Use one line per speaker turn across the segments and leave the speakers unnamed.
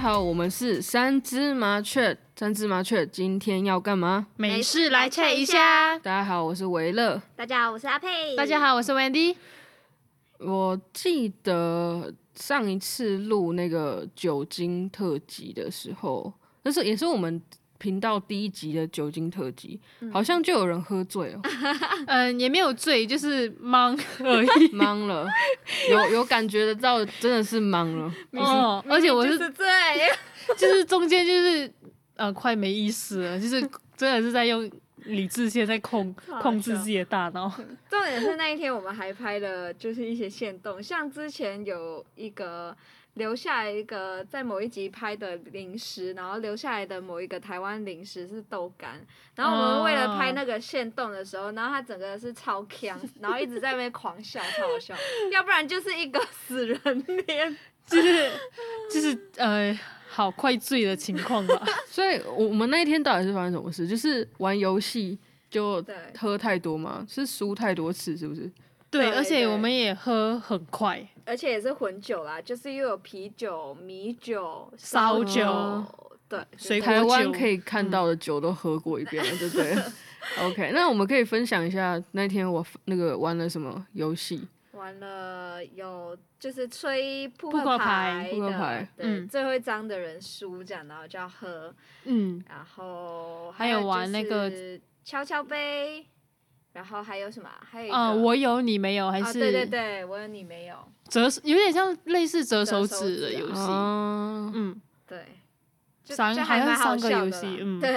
好，我们是三只麻雀。三只麻雀今天要干嘛？
没事来 check 一下。
大家好，我是维乐。
大家好，我是阿佩。
大家好，我是 Wendy。
我记得上一次录那个酒精特辑的时候，那是也是我们频道第一集的酒精特辑，好像就有人喝醉哦，
嗯，也没有醉，就是忙而 已。
懵了，有有感觉得到，真的是懵了。
哦， 而且我
嗯就是是醉，
就是中间就是呃快没意思了，就是真的是在用理智线在控
好
控制
笑
自己的大 脑。
重点是那一天我们还拍了就是一些线动，像之前有一个留下来一个在某一集拍的零食，然后留下来的某一个台湾零食是豆干，然后我们为了拍那个线动的时候，然后他整个是超强，然后一直在那边狂笑，超好
哦
笑， 要不然就是一个死人脸。
就是就是呃，好快醉的情况吧。
所以我我们那一天到底是发生什么事？就是玩游戏就
对
喝太多吗？是输太多次是不是？
对，
对
而且
对
我们也喝很快，
而且也是混酒啦，就是又有啤酒、米酒、
烧酒
对，
水
台湾
果酒
可以看
嗯
到的酒都喝过一遍了，对不 对？OK，那我们可以分享一下那天我那个玩了什么游戏？
完了有就是吹扑
扑克
克
牌
的，
扑克牌
对，
嗯
最后一张的人输这样，然后就要喝，
嗯，
然后
还有
就
玩那个
是敲敲杯，然后还有什么啊？还有一个
啊，我有你没有，还
啊
是
对对对，我有你没有？
折，有点像类似折
折
手
手
指
指
的
啊
游戏，
啊，
嗯，
对，就
三
就
好
还
像
蛮
是
好
三个
笑
游
的
戏
啦
嗯
对，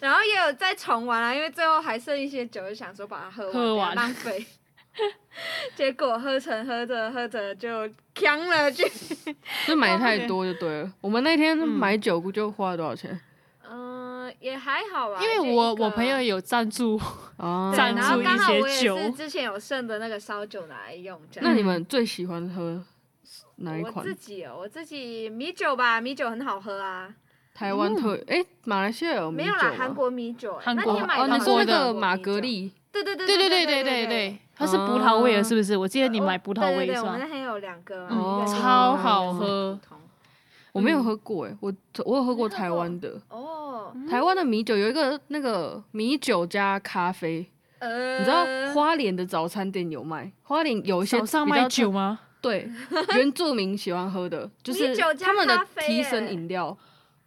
然后也有再重玩啊啦，因为最后还剩一些酒，就想说把它喝完，
喝
不要
完
浪费。 结果喝成喝着喝着就 呛了，就
就买太多就对了。我们那天买酒就花了多少钱？
嗯，也还好吧。
因为
就一
我
个
我朋友有赞助，
啊
对，
赞
然后
助
刚好
一些
我也
酒
是之前有剩的那个烧酒拿来用，这样。
那你们最喜欢喝哪一
我
款
自？己哦，我自己米酒吧，米酒很好喝啊。
台湾特哎、马来西亚有米
没
酒
有啦，韩
吗？
国哦米酒欸。
韩
那
国
天买
哦，
到
你
很
说那
多
个
米
玛
酒
格？丽，
对对对
对对对
对
对对
对
对，。它是葡萄味的，
啊
是不是？我记得你
我
买葡萄味
对对
是
哦对，我们
吧
那？天有两个嘛，啊
哦
一个是
超
葡萄
好
一个是
喝
普通
我没有
嗯
喝过哎、我我有喝过台湾的。
哦，
台湾的米酒有一个那个米酒加咖啡，
呃，
你知道花莲的早餐店有卖，花莲有一些
早上
比较
卖酒吗？
对原住民喜欢喝的，就是
米酒加
他们的
咖啡
提
耶
神饮料，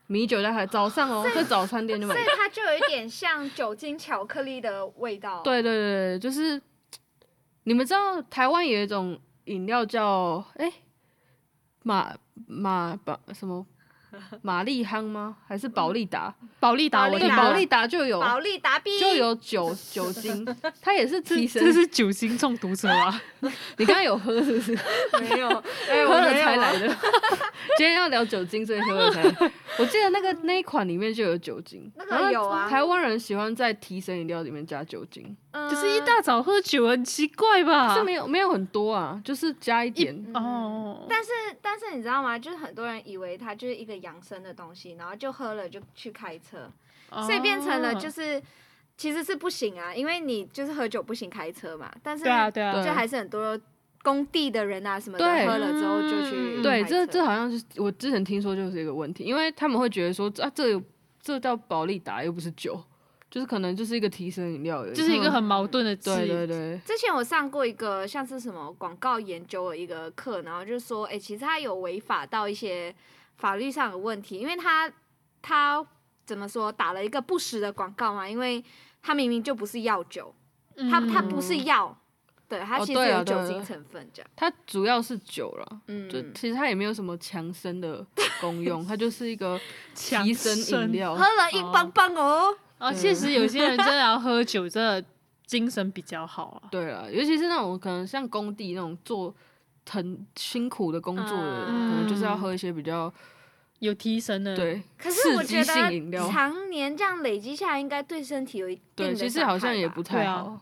米酒加咖啡，早上哦在早餐店就买
所以，它就有一点像酒精巧克力的味道。
对对对，对就是你们知道台湾有一种饮料叫哎、马马吧什么玛丽夯吗？还是宝利达？
宝利达，
宝
我
利
对，
听
达
过
宝利达就有
保利达比
就有酒酒精，它也是提神
这是酒精中毒者 啊！
你刚刚有喝是不是？
没有？哎，
喝
我
了
没有
才
啊
来 的。今天要聊酒精，所以喝了才来。我记得那个那一款里面就有酒精，
那
然后
个有啊，
台湾人喜欢在提神饮料里面加酒精，
嗯
只是一大早喝酒很奇怪吧
是？没有没有很多啊，就是加一点。
嗯
哦，
但是但是你知道吗？就是很多人以为它就是一个养生的东西，然后就喝了就去开车，所以变成了就
哦
是其实是不行啊，因为你就是喝酒不行开车嘛。但是
对啊对啊，
就还是很多工地的人啊什么的
对
喝了之后就去
嗯
对，
开
这
车
这好像是我之前听说就是一个问题，因为他们会觉得说啊，这这叫宝利达又不是酒，就是可能就是一个提神饮料而已，
就是一
他
个
们
很矛盾的词
对
语。
对对，
之前我上过一个像是什么广告研究的一个课，然后就说，哎、其实它有违法到一些法律上的问题，因为它它怎么说打了一个不实的广告嘛，因为它明明就不是药酒，它它不是药，对，它
嗯哦
其实
对啊
有
对啊
酒
对啊
精成分这样，
它主要是酒了。就
嗯，
其实它也没有什么强身的功 用，它就是一个
嗯强
提神饮料
喝。了硬邦邦哦，
哦，确实有些人真的要喝酒，真的精神比较好 啊。
对了，尤其是那种可能像工地那种做很辛苦的工作的人，
嗯
可能就是要喝一些比较
有提神的，
对
可是我
刺
觉
激性饮
得
料。
常年这样累积下来，应该对身体有一定的
对，其实
伤
好
害
像也
吧
不太
对
好。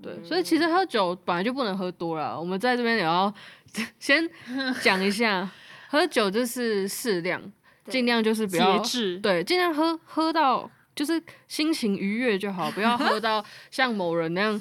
对，所以其实喝酒本来就不能喝多了。我们在这边也要 先讲一下，喝酒就是适量，
对
尽量就是不
节
要
制。
对，尽量喝喝到就是心情愉悦就好，不要喝到像某人那样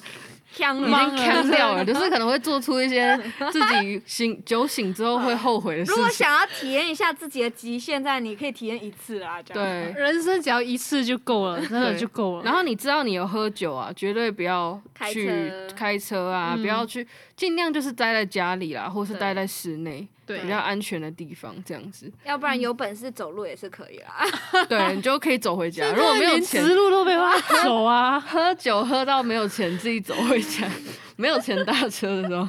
呛
已
了
经
忙
呛掉了，就是可能会做出一些自己醒酒醒之后会后悔的事
如果
情。
想要体验一下自己的极限，在你可以体验一次啦，这样。
对，
人生只要一次就够了，真的
对
就够了。
然后你知道你有喝酒啊，绝对不要
开
去
车
开车啊，
嗯
不要去，尽量就是待在家里啦，或是
对
待在室内
对
比较安全的地方，这样子，
要不然有本事走路也是可以啦。
对你就可以走回家。
现
如果
在
没有
连
钱！
直，路都没 办法走啊
喝酒喝到没有钱自己走回家， 没有钱搭车的时候，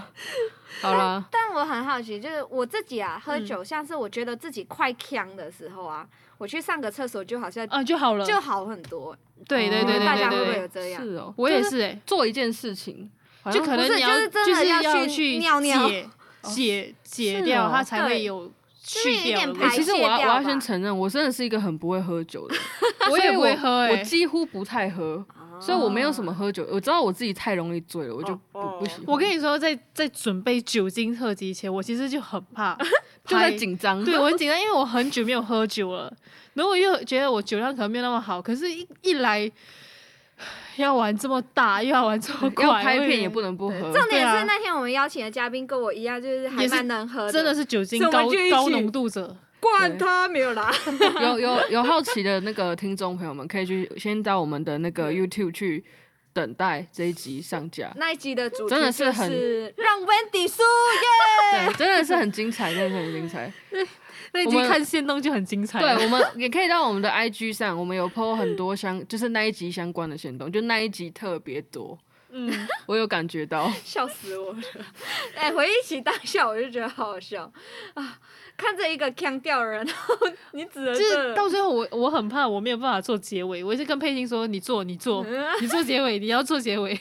好啦，
但我很好奇，就是我自己啊，喝
嗯
酒，像是我觉得自己快呛的时候啊，我去上个厕所就好像
啊，就好了。
就好很多。
对对对
哦
对
大家会
对
不会有
对，
这样？
是哦，
我也
就是
哎，
做一件事情，好像
就可
不
能
是
你
就是真的
就是
要
要
去
去
尿尿
解解解
是
掉，
哦
它才会
对
有
就是有
去掉
点
的
欸
味
排
其
道。
实我要
泄
我
掉
要先
吧
承认，我真的是一个很不会喝酒的 人，
我
所以
也不会喝
我
哎，
几乎不太喝，所以我没有什么喝酒。我知道我自己太容易醉了，我就
哦
不、
哦
不喜欢。
我跟你说，在在准备酒精特辑前，我其实就很怕
就在
拍
紧张，
对，我很紧张，因为我很久没有喝酒了，然后我又觉得我酒量可能没有那么好，可是一一来 要玩这么大，又要玩这么快，
要拍片也
我
不能不喝。
重点
对
是
啊
那天我们邀请的嘉宾跟我一样，就是还
也是
蛮能喝
真的是酒精
所以我
高
们就一
高
起
浓度者。
灌他没有啦，
有有有好奇的那个听众朋友们，可以去先到我们的那
嗯
个 YouTube 去等待这一集上架。
那一集的主题
真的是
就
很
是让 Wendy 输
对，真的是很精彩，真的是很精 彩。
那已
我
经
们
看线动就很精彩了。
哎
对，我们也可以到我们的 IG 上，我们有 PO 很多相，就是那一集相关的行动，就那一集特别多，
嗯，
我有感觉到。
笑死我了！ 哎、回忆起当下，我就觉得好好笑啊！看着一个腔调的人，然后你指着
就
这
是
个
到最后我我很怕我没有办法做结尾，我一直跟佩欣说你做你做
嗯
你做结尾，你要做结尾。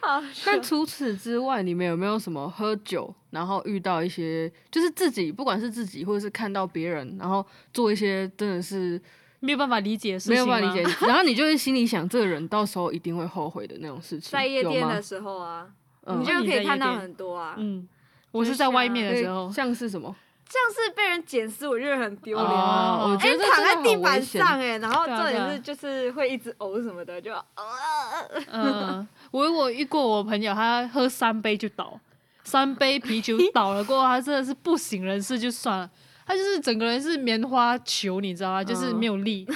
好 笑
但除此之外，你们有没有什么喝酒，然后遇到一些，就是自己，不管是自己或者是看到别人，然后做一些真的是
没有办法理解的事情
没有
吗，
办法理 解，然后你就会心里想，这个人到时候一定会后悔的那种事情，
在夜
有
店
吗
的？时候啊，
嗯
你就
你
可
在
以
夜
看到
店
很多啊。
嗯，我
就是
在外面的
对
时候，
像是什么？
像是被人捡尸，我觉得很丢脸啊。
哦，我
哎、
觉得
躺在
真的
地
好
板
危险
上哎、然后
对啊
重
对
点
啊
是就是会一直呕什么的，就啊呃，
嗯，我我遇过我朋友，他喝三杯就倒，三杯啤酒倒了过后，他真的是不省人事就算了，他就是整个人是棉花球，你知道吗？就是没有力，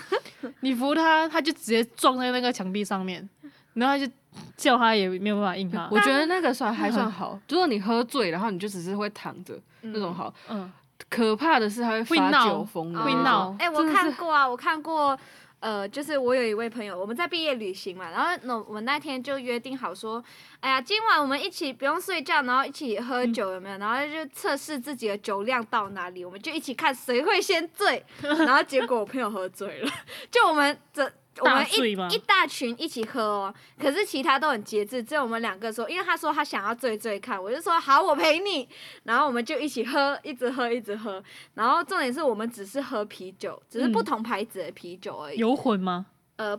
你扶他，他就直接撞在那个墙壁上面，然后他就叫他也没有办法应他
我，觉得那个算还算 好，如果你喝醉，然后你就只是会躺着那种好。
嗯，
可怕的是他会发
会闹
酒疯的那
会
种，
闹
哎、我
真的
看
是
过啊，我看过。呃，就是我有一位朋友，我们在毕业旅行嘛，然后那我们那天就约定好说，哎呀，今晚我们一起不用睡觉，然后一起喝
嗯
酒，有没有？然后就测试自己的酒量到哪里，我们就一起看谁会先醉。 然后结果我朋友喝醉了，就我们这我
大
们一
醉吗
一？大群一起喝哦，可是其他都很节制，只有我们两个说，因为他说他想要醉醉看，我就说好，我陪你，然后我们就一起喝，一直喝，一直喝，然后重点是我们只是喝啤酒，只是不同牌子的啤酒而已。
嗯有混吗？
呃，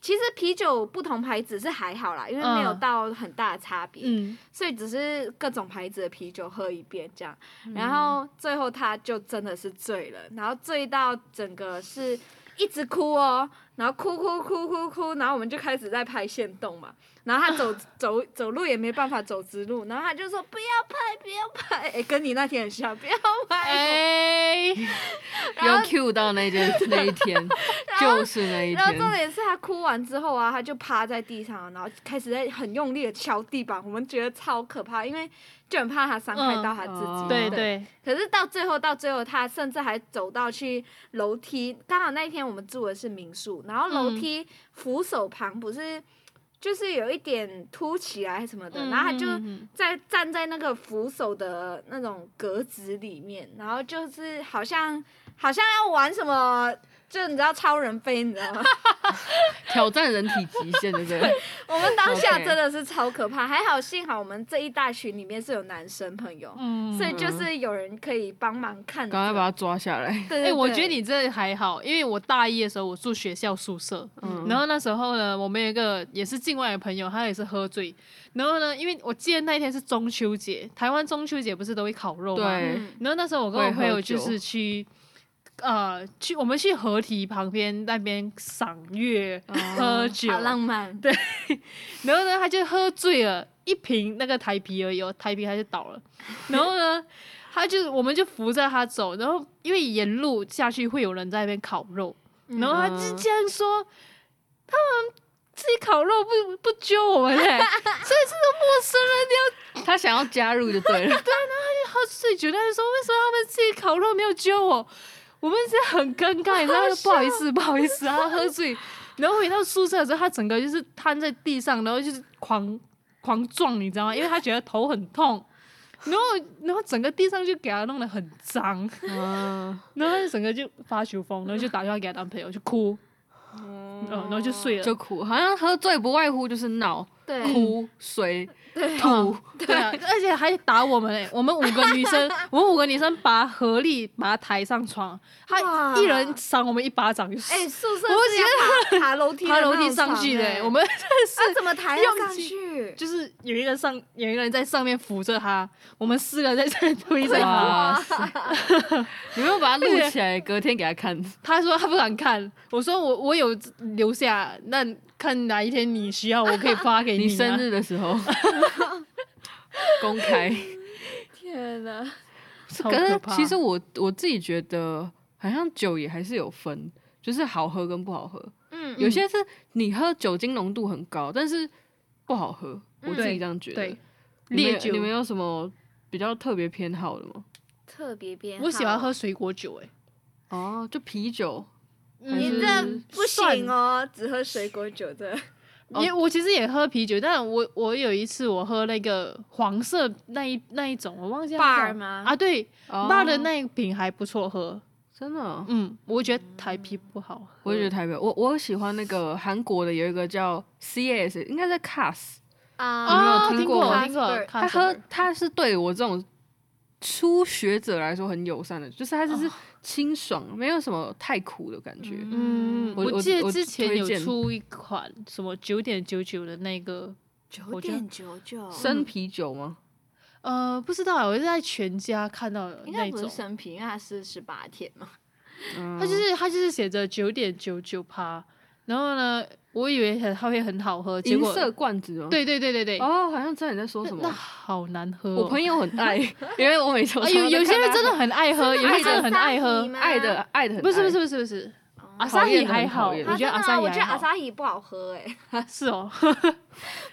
其实啤酒不同牌子是还好啦，因为没有
嗯
到很大的差别，
嗯，
所以只是各种牌子的啤酒喝一遍这样，
嗯
然后最后他就真的是醉了，然后醉到整个是一直哭哦，然后哭哭哭哭哭，然后我们就开始在拍线动嘛，然后他 走走走路也没办法走直路，然后他就说不要拍不要拍，哎，跟你那天很像，不要拍，
哎，
又 Q 到那件那一天，就是那一
然后重
天。
点是他哭完之后啊，他就趴在地上，然后开始在很用力的敲地板，我们觉得超可怕，因为就很怕他伤害到他自己。
嗯
对
哦
对，
可是到最后，到最后，他甚至还走到去楼梯。刚好那一天我们住的是民宿，然后
嗯
楼梯扶手旁不是就是有一点凸起来什么的，然后他就
嗯嗯嗯
在站在那个扶手的那种格子里面，然后就是好像好像要玩什么，就你知道超人飞，你 知道吗？
挑战人体极限，对不对？
我们当下
OK
真的是超可怕，还好幸好我们这一大群里面是有男生朋友，
嗯，
所以就是有人可以帮忙看着。
赶快把它抓下来。
对对
哎、
对，
我觉得你这还好，因为我大一的时候我住学校宿舍，
嗯
然后那时候呢，我们有一个也是境外的朋友，他也是喝醉，然后呢，因为我记得那一天是中秋节，台湾中秋节不是都会烤肉吗？
对
嗯，
然后那时候我跟我朋友就
会喝
是去呃去我们去河堤旁边那边赏月、
哦
喝酒，
好浪漫。哦
对，然后呢，他就喝醉了，一瓶那个台啤而已哦，台啤他就倒了。然后呢，他就我们就扶着他走，然后因为沿路下去会有人在那边烤肉，然后他就
嗯
竟然说他们自己烤肉不不揪我们嘞、欸所以这个陌生人
他想要加入就 对了，
他自己觉得说为什么他们自己烤肉没有揪我，我们是很尴尬，你知道吗不好意思不好意思啊，他喝醉。然后回到宿舍之后，他整个就是瘫在地上，然后就是狂狂撞，你知道吗？因为他觉得头很痛，然后然后整个地上就给他弄得很脏，
嗯，
然后他就整个就发酒疯，然后就打电话给他男朋友就哭，嗯，然后就睡了。
哦就哭，好像喝醉不外乎就是闹、
对，
哭、水、
对
吐，
对啊，而且还打我们哎、我们五个女生， 我们五个女生把合力把他抬上床，他
哇
一人赏我们一巴掌就
哎、
是，
宿舍
我
是要爬爬楼梯的
爬
那种
楼
床，
梯上去的、
哎
我们
啊怎么抬得
用
上
尽
去？
就是有一个人上，有一个人在上面扶着他，我们四个在这里推着他。
哇塞！ 有没有把它录起来，隔天给他看？
他说他不敢看，我说我我有留下，那看哪一天你需要，我可以发 给
你
啊
生日的时候 公开。
天哪！
超
可
可
是
怕。
其实我我自己觉得，好像酒也还是有分，就是好喝跟不好喝。
嗯，
有些是你喝酒精浓度很高，但是不好喝。
嗯
我自己这样觉得。
对
你们
烈酒
你们有什么比较特别偏好的吗？
特别哦编。
我喜欢喝，水果酒哎、
哦，就啤酒。
嗯
你
嗯
这不
蒜
行哦，只喝水果酒的。
哦
也我其实也喝啤酒，但我我有一次我喝那个黄色那一那一种，我忘记它叫
Bar 吗
啊，对，
哦
爸的那一瓶还不错喝。
真的哦、
嗯，我觉得台啤不好喝，
我也觉得台北，我我喜欢那个韩国的有一个叫 CS，应该在 CAS，
啊
你没有
啊
听
听
过
过
吗
听过
Carlsberg，，
他喝他是对我这种初学者来说很友善的，就是他就是清爽，没有什么太苦的感觉。
哦嗯，
我
我记
我
得
我
之前
推
有
荐
出一款什么九点九九的那个，
九
我觉得
点九九，
生啤酒吗？
呃，不知道，我是在全家看到的
应
那
该
一
不是
种，
生啤，因为它是十八天嘛。
嗯，
它就是它就是写着九点九九趴，然后呢，我以为很它会很好喝，结
银
果
色罐子吗？
对对对对对，
哦，好像知道你在说
那
什
那
么。
好难喝哦，
我朋友很爱，因为我每次
啊，有有些人真的
很
很爱喝，有些人真的很爱喝。
爱的，爱的很爱，
不是不是不是不是，阿
啊，
萨
厌
伊
的
还
哦很讨
好，
厌
我觉得阿萨伊
我觉得
还
阿
好。
萨伊不好喝哎，
是哦，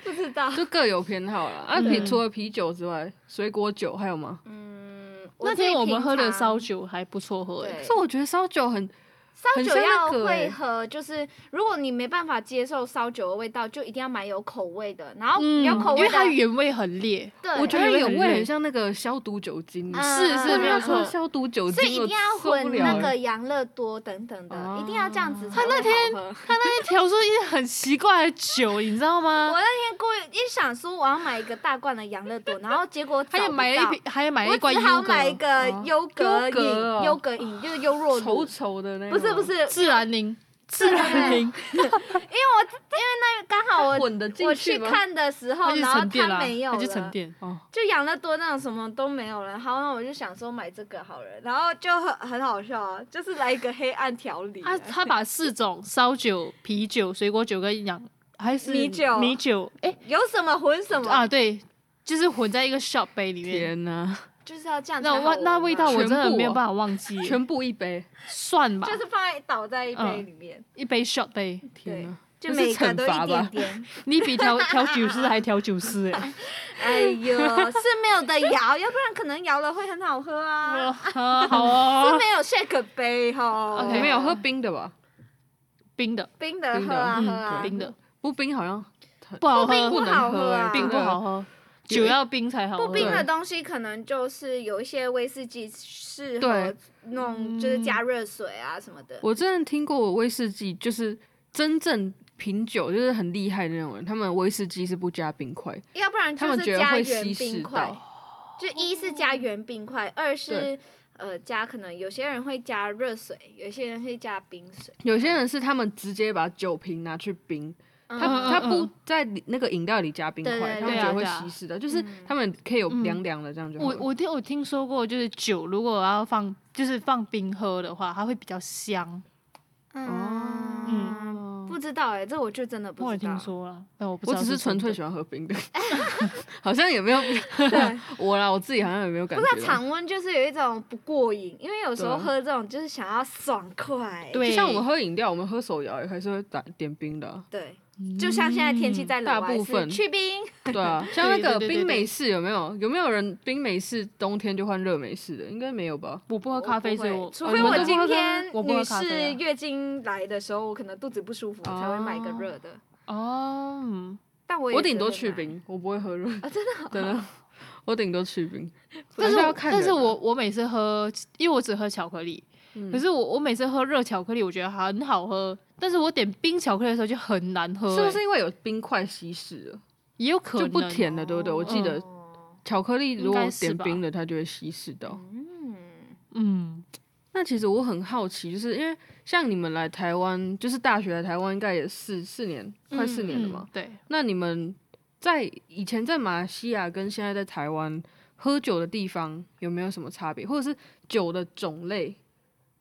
不知道。
就各有偏好啦。啊，
嗯
啤除了啤酒之外，水果酒还有吗？
嗯，
那天我们喝的烧
烧
酒还不错喝欸诶。
对
可是我觉得烧酒很
烧
很
酒
像那
要
个欸
会喝，就是如果你没办法接受烧酒的味道，就一定要买有口味的，然后
嗯，
有口
因
味
为
的，
它原味很烈，
对，
我觉得有
很
味
累
很像那个消毒酒精，
嗯
是
嗯
是
我
没
没
有
有
错
说。消毒酒精，
所以一定要
我受不
混
了
那
欸
个养乐多等等的，
哦
一定要这样子。
他
那天，
它那天调出一些很奇怪的酒，你知道吗
我？那天故意一想说我要买一个大罐的养乐多，然后结果
还有
找不
买了一
到
瓶，还有买了
我
一罐
只好
优格，
买一个优
优
格
格哦
饮，优格饮就是优若
稠
乳，
稠的那
不
种，
是不是，
自然零，
自
自然零，
刚好我
混的进
我
去
去
吗？
看的时
它
候，
就
哦然后
沉淀
它
啦，
没有
它就
了
沉淀。
哦，
就养乐多那种什么都没有了，好，那我就想说买这个好了，然后就很很好笑啊，就是来一个黑暗调理，啊
他他啊把四种烧酒、啤酒、水果酒跟洋还是
米酒
米酒，哎、
有什么混什么，
啊，对，就是混在一个 shot 杯里面。
天哪，
就是要这样才
那
好
味
闻
那
啊
味道我真的
全部哦
没有办法忘记，
全部一杯，
算吧，
就是放在倒在一杯
嗯
里面，
一杯 shot 杯，
天哪，
就
那是
每个
惩
都
罚
一
吧
点点。
你比调调酒师还调酒师哎、
哎呦，是没有的摇，要不然可能摇了会很好喝
欸，
啊。
啊好
是
哦，
没有 shake 杯哈
OK
你们有喝
冰
冰的吧？
冰的，
冰的
冰
喝
的
啊喝
嗯，
啊，
冰的
不冰好像
不好
冰
喝，
不
能
好
喝
喝
欸
啊，
冰不好喝，
因为
酒要冰才好喝，
不冰啊的
对
东西可能就是有一些威士忌适合
对
弄，就是
嗯
加热水啊什么的。
我真的听过我威士忌，就是真正品酒就是很厉害的那种人，他们威士忌是不加冰块，
要不然
他
就
们
是
觉得
加
会稀
圆冰
释
块，
到。
就一是加圆冰块，二是
对
呃加可能有些人会加热水，有些人会加冰水。
有些人是他们直接把酒瓶拿去冰，
嗯
它
嗯
它
嗯
不
嗯
在里那个饮料里加冰
对
块，
对
他们
对
觉得
啊
会
对啊
稀释的，就是
嗯
他们可以有
嗯
凉凉的这样就好
我
了。
我听我听说过，就是酒如果要放就是放冰喝的话，它会比较香。
嗯，
哦
不知道哎、这我就真的不
我也
知道
听。说了，但我不知
我
道
只是纯
真的
粹喜欢喝冰 的， 好像也没有
对，
我啦，我自己好像也没有感
不
觉
过它
到。
常温就是有一种不过瘾，因为有时候
对啊
喝这种就是想要爽快。
对，
就像我们喝饮料，我们喝手摇也还是会打点冰的啊、
对，就像现在天气
嗯
在冷，
大
我还
部
是
分
去冰。
对啊，像那个
对对对对
冰美式有没有？有没有人冰美式冬天就换热美式的？应该没有吧？
我不喝
我
咖啡，
不
所以
会
我
除
呃
非
你们
我
都不
今
喝咖
天
我不
女
喝咖啡
士
啊
月经来的时候，我可能肚子不舒服，我才会买一个热的。
哦，嗯
但我也
我顶多
只
去
会买
冰，我不会喝热
啊，真的哦
真的。 我顶多去冰，还
但是
是
我
要看人啊
但是我我每次喝，因为我只喝巧克力，
嗯
可是我我每次喝热巧克力，我觉得很好喝，但是我点冰巧克力的时候就很难喝、
是不
欸
是因为有冰块稀释了，
也有可
就
能
不甜了，对不对？
哦
我记得
哦
巧克力如
应
果
该是
点
吧
冰了，它就会稀释到。
嗯，
嗯，
那其实我很好奇，就是因为像你们来台湾，就是大学来台湾，应该也四四年，快四年了嘛。
嗯对，
那你们在以前在马来西亚跟现在在台湾喝酒的地方有没有什么差别，或者是酒的种类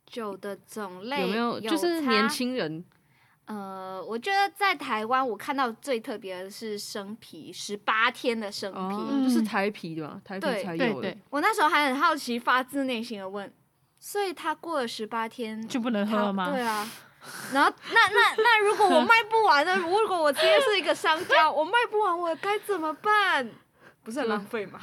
酒的种类
有没有？就是
差
年轻人
呃，我觉得在台湾我看到最特别的是生啤，十八天的生啤。
哦，
嗯
就是台啤的嘛，台啤
对
才
对
有的
对，
我那时候还很好奇，发自内心的问，所以他过了十八天
就不能喝
他
了吗？
对啊。然后那那那如果我卖不完的，如果我直接是一个商家，我卖不完我该怎么办？不是很浪费吗？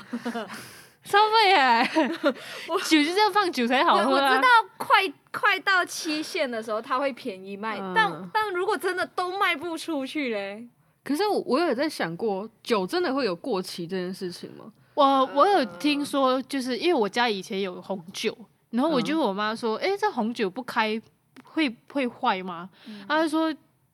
消费哎，酒就这样放酒才好
我
喝
我
啊
知道！快快到期限的时候它会便宜卖，
嗯
但但如果真的都卖不出去嘞，
可是我我有在想过，酒真的会有过期这件事情吗？
我我有听说，就是因为我家以前有红酒，然后我就
嗯
问我妈说：“诶，这红酒不开会会坏吗？”她就说：“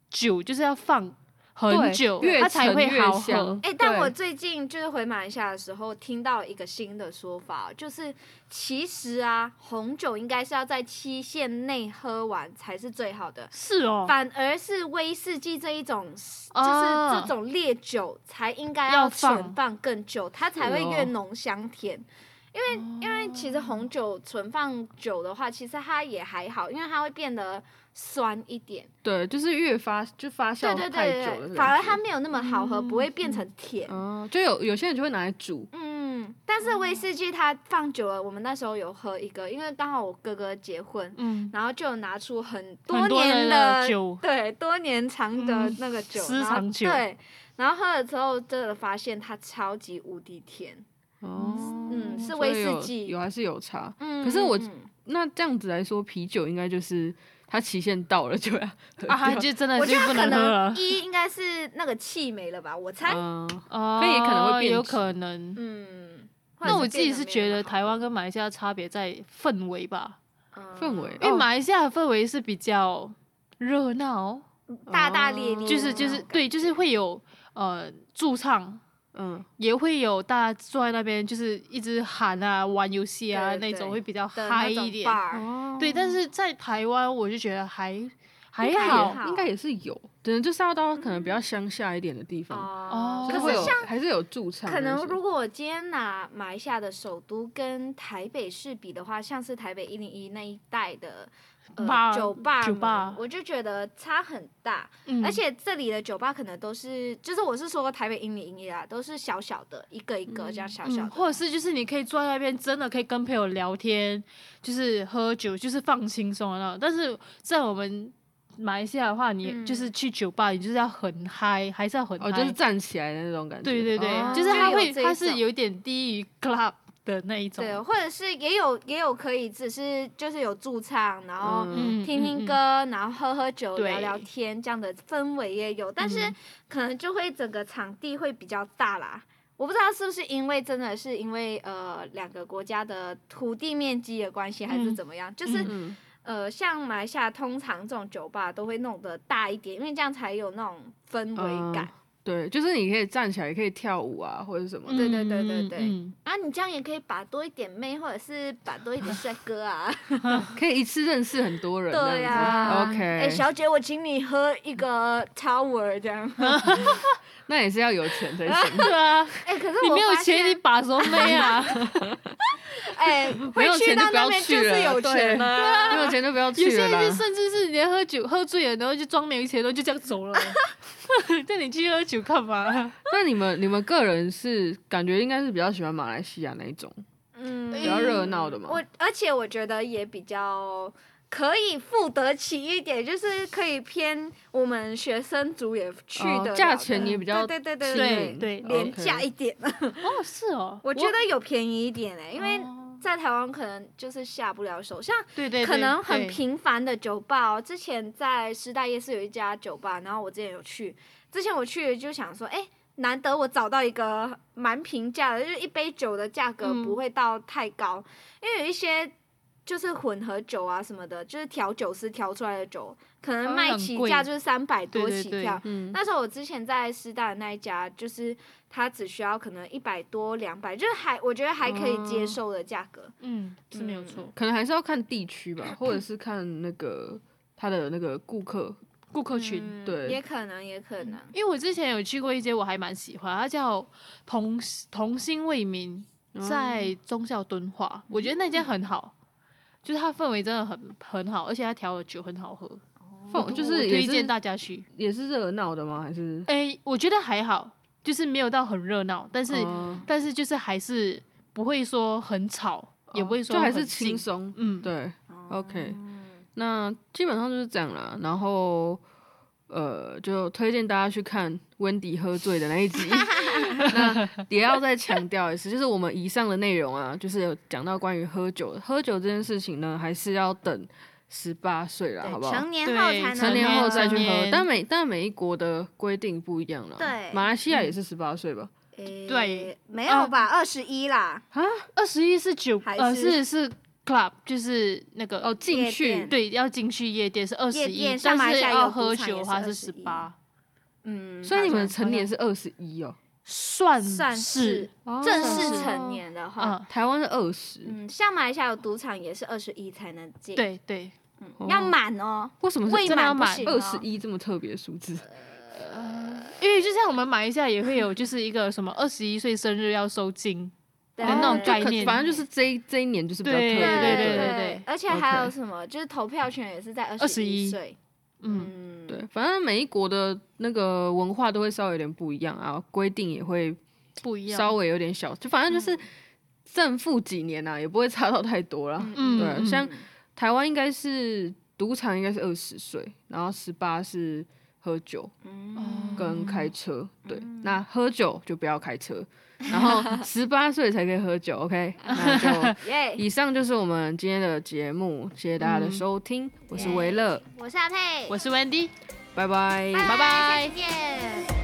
酒就是要放很
对
久，
越
它才
陈
会
越
好喝
香。
哎、但
对
我最近就是回马来西亚的时候，听到一个新的说法，哦就是其实啊，红酒应该是要在期限内喝完才是最好的”，
是哦，
反而是威士忌这一种，就是
哦
这种烈酒才应该
要
要存
放
放更久，它才会
是哦
越浓香甜。
哦
因为因为其实红酒存放久的话，其实它也还好，因为它会变得酸一点。
对，就是越发就发
对
酵
对
太久了
对
的感
对，
觉，
反而它没有那么好喝，不会变成甜。
哦，就有有些人就会拿来煮，
嗯，但是威士忌它放久了，我们那时候有喝一个，因为刚好我哥哥结婚，
嗯，
然后就有拿出很
很多
年
人的酒
对，多年长的
嗯
那个酒，
私
然后
藏酒
对，然后喝了之后真的发现它超级无敌甜，
哦，
嗯是
所以
威士
有
忌
有还是有差。
嗯
可是我
嗯嗯
那这样子来说，啤酒应该就是它期限到了就要喝
啊，
掉
就真的
我觉
就
得
不
可
能喝了
能。一应该是那个气没了吧，我猜，
嗯，
哦，
可以可能会变
有
质
可能。
嗯，或者
那我
变
自己
得
是
没
觉
那么
得
好
台湾跟马来西亚差别在氛围吧，
嗯
氛围
因为
哦
马来西亚的氛围是比较热闹，
嗯大大咧
哦
咧，
就是就是对，就是会有呃驻唱，
嗯，
也会有大家坐在那边就是一直喊啊、玩游戏啊
对对
那
对
种，会比较
的
嗨
那种
一点。
bar，
哦
对，但是在台湾我就觉得还还
应该也
好，
好
应该也是有，只能就是要到可能比较乡下一点的地方，
哦
哦
就是
可
会
是
有
像。
还是有驻唱那
可
些。
能如果我今天拿马来西亚的首都跟台北市比的话，像是台北一零一那一带的。呃，
Bar，
酒吧
酒
们
吧
我就觉得差很大，
嗯
而且这里的酒吧可能都是，就是我是说台北一零一啊，都是小小的，一个一个这样小小
嗯，
的，
或者是就是你可以坐在那边，真的可以跟朋友聊天，就是喝酒，就是放轻松的那种。但是在我们马来西亚的话，你
嗯
就是去酒吧，你就是要很嗨，还是要很嗨。
哦，
哎
就是站起来的那种感觉。
对对对，
哦
就是它
就有
会，
这一
它是
种
有点低于 club 的那一种。
对，哦或者是也有也有可以只是就是有驻唱，然后
嗯
嗯，
听
嗯
听歌，，然后喝喝酒、
对
聊聊天，这样的氛围也有，但是
嗯
可能就会整个场地会比较大啦。我不知道是不是因为真的是因为呃两个国家的土地面积的关系，还是
嗯
怎么样？就是、
嗯，
呃，像马
哦
来西亚通常这种酒吧都会弄得大一点，因为这样才有那种氛围感。
对，就是你可以站起来，也可以跳舞啊，或者什么的。
对对对对对
嗯
啊，你这样也可以把多一点妹，或者是把多一点帅 哥啊。
可以一次认识很多人这样子。
对呀
OK，、
哎、小姐，我请你喝一个 Tower 这样。
那也是要有钱才行。
对啊，
哎、可是
你
我
没有
发
钱，
现
你把什么妹啊？
哎、
没有
会去
钱就
到
不
那
要
边
去
是
了
有钱了、
没有钱就不要
有
去
些
了
人
啦。
甚至是连喝酒喝醉了，然后就装没钱，然后就这样走了。 叫你去喝酒干嘛？
那你们你们个人是感觉应该是比较喜欢马来西亚那一种
嗯，
比较热闹的嘛？
我而且我觉得也比较可以付得起一点，就是可以偏我们学生族也去
哦
的了的，
价钱也比较
对对对
亲
对
民对
廉价
OK
一点。
哦，是哦，
我觉得有便宜一点哎、因为
哦
在台湾可能就是下不了手，像
对对，
可
对
能很
对
频繁的酒吧、哦。之前在师大夜市有一家酒吧，然后我之前有去，之前我去就想说，哎、难得我找到一个蛮平价的，就是一杯酒的价格
嗯
不会到太高，因为有一些就是混合酒啊什么的，就是调酒师调出来的酒，可
台
能
湾
卖
很
起
贵
价就是三百多
对对
起
对
跳。
嗯，
那时候我之前在师大的那一家，就是它只需要可能一百多、两百，就是还我觉得还可以接
哦
受的价格。
嗯是没有错，
可能还是要看地区吧，或者是看那个他的那个顾客。
顾客群。
嗯
对
也可能，也可能。
因为我之前有去过一间，我还蛮喜欢，它叫童童心未泯，
哦
在忠孝敦化，我觉得那间很好，就是它氛围真的很很好，而且它调的酒很好喝，
放就
我
是哦也
推荐
是
大家去。
也是热闹的吗？还是
诶、我觉得还好，就是没有到很热闹，但是、
哦
但是就是还是不会说很吵，也不会
哦
说
就还是
很
轻
静，
松？
嗯，
对，OK
嗯
那基本上就是这样啦。然后呃，就推荐大家去看温迪喝醉的那一 集。 那也要再强调一次，就是我们以上的内容啊，就是有讲到关于喝酒，喝酒这件事情呢，还是要等十八岁啦，
对
好不好？
成年后才能
成年后再去
成
喝
年，
但每但每一国的规定不一样了。
对
马来西亚也是十八岁吧？
诶
对，
没
嗯
有吧？二十一啦，
二十一是酒，
啊还
呃，
是
是是 club，就是那个
哦，进
夜
去
店
对，要进去夜店是二十
夜
一
店，
但
像马来
是
西亚
要
有赌
喝
场
酒
也
的
是
话是十
21
八，
嗯，
所以你
好
们
像
成年是二十一哦，
算
算
是
是
哦
正式成。年的话，
嗯，
台湾是二十，
嗯，像马来西亚有赌场也是二十一才能进，，嗯
对对，
哦
要满哦，
为什么
未
是
真的要
满不
满
行
二
哦
十一这么特别的数字？
因为就像我们马来西亚也会有，就是一个什么二十一岁生日要收金，
对
哦那种
对
概
可
念
反正就是这一这一年就是比较特
对
别，
对
对
对
对对
而且还有
OK
什么，就是投票权也是在二
21
十一岁，
嗯，
嗯，
对，反正每一国的那个文化都会稍微有点不一样啊，规定也会
不一样，
稍微有点小，就反正
嗯
就是正负几年啊，也不会差到太多啦。
嗯，
对
嗯
像台湾应该是赌场应该是二十岁，然后十八是喝酒
嗯，
跟开车。对，那喝酒就不要开车，然 后十八岁才可以喝酒。OK，那就
耶，
以上就是我们今天的节目，谢谢大家
嗯
的收听，我是维乐，
我是阿佩，
我是 Wendy。
拜拜。
拜
拜拜
下期见。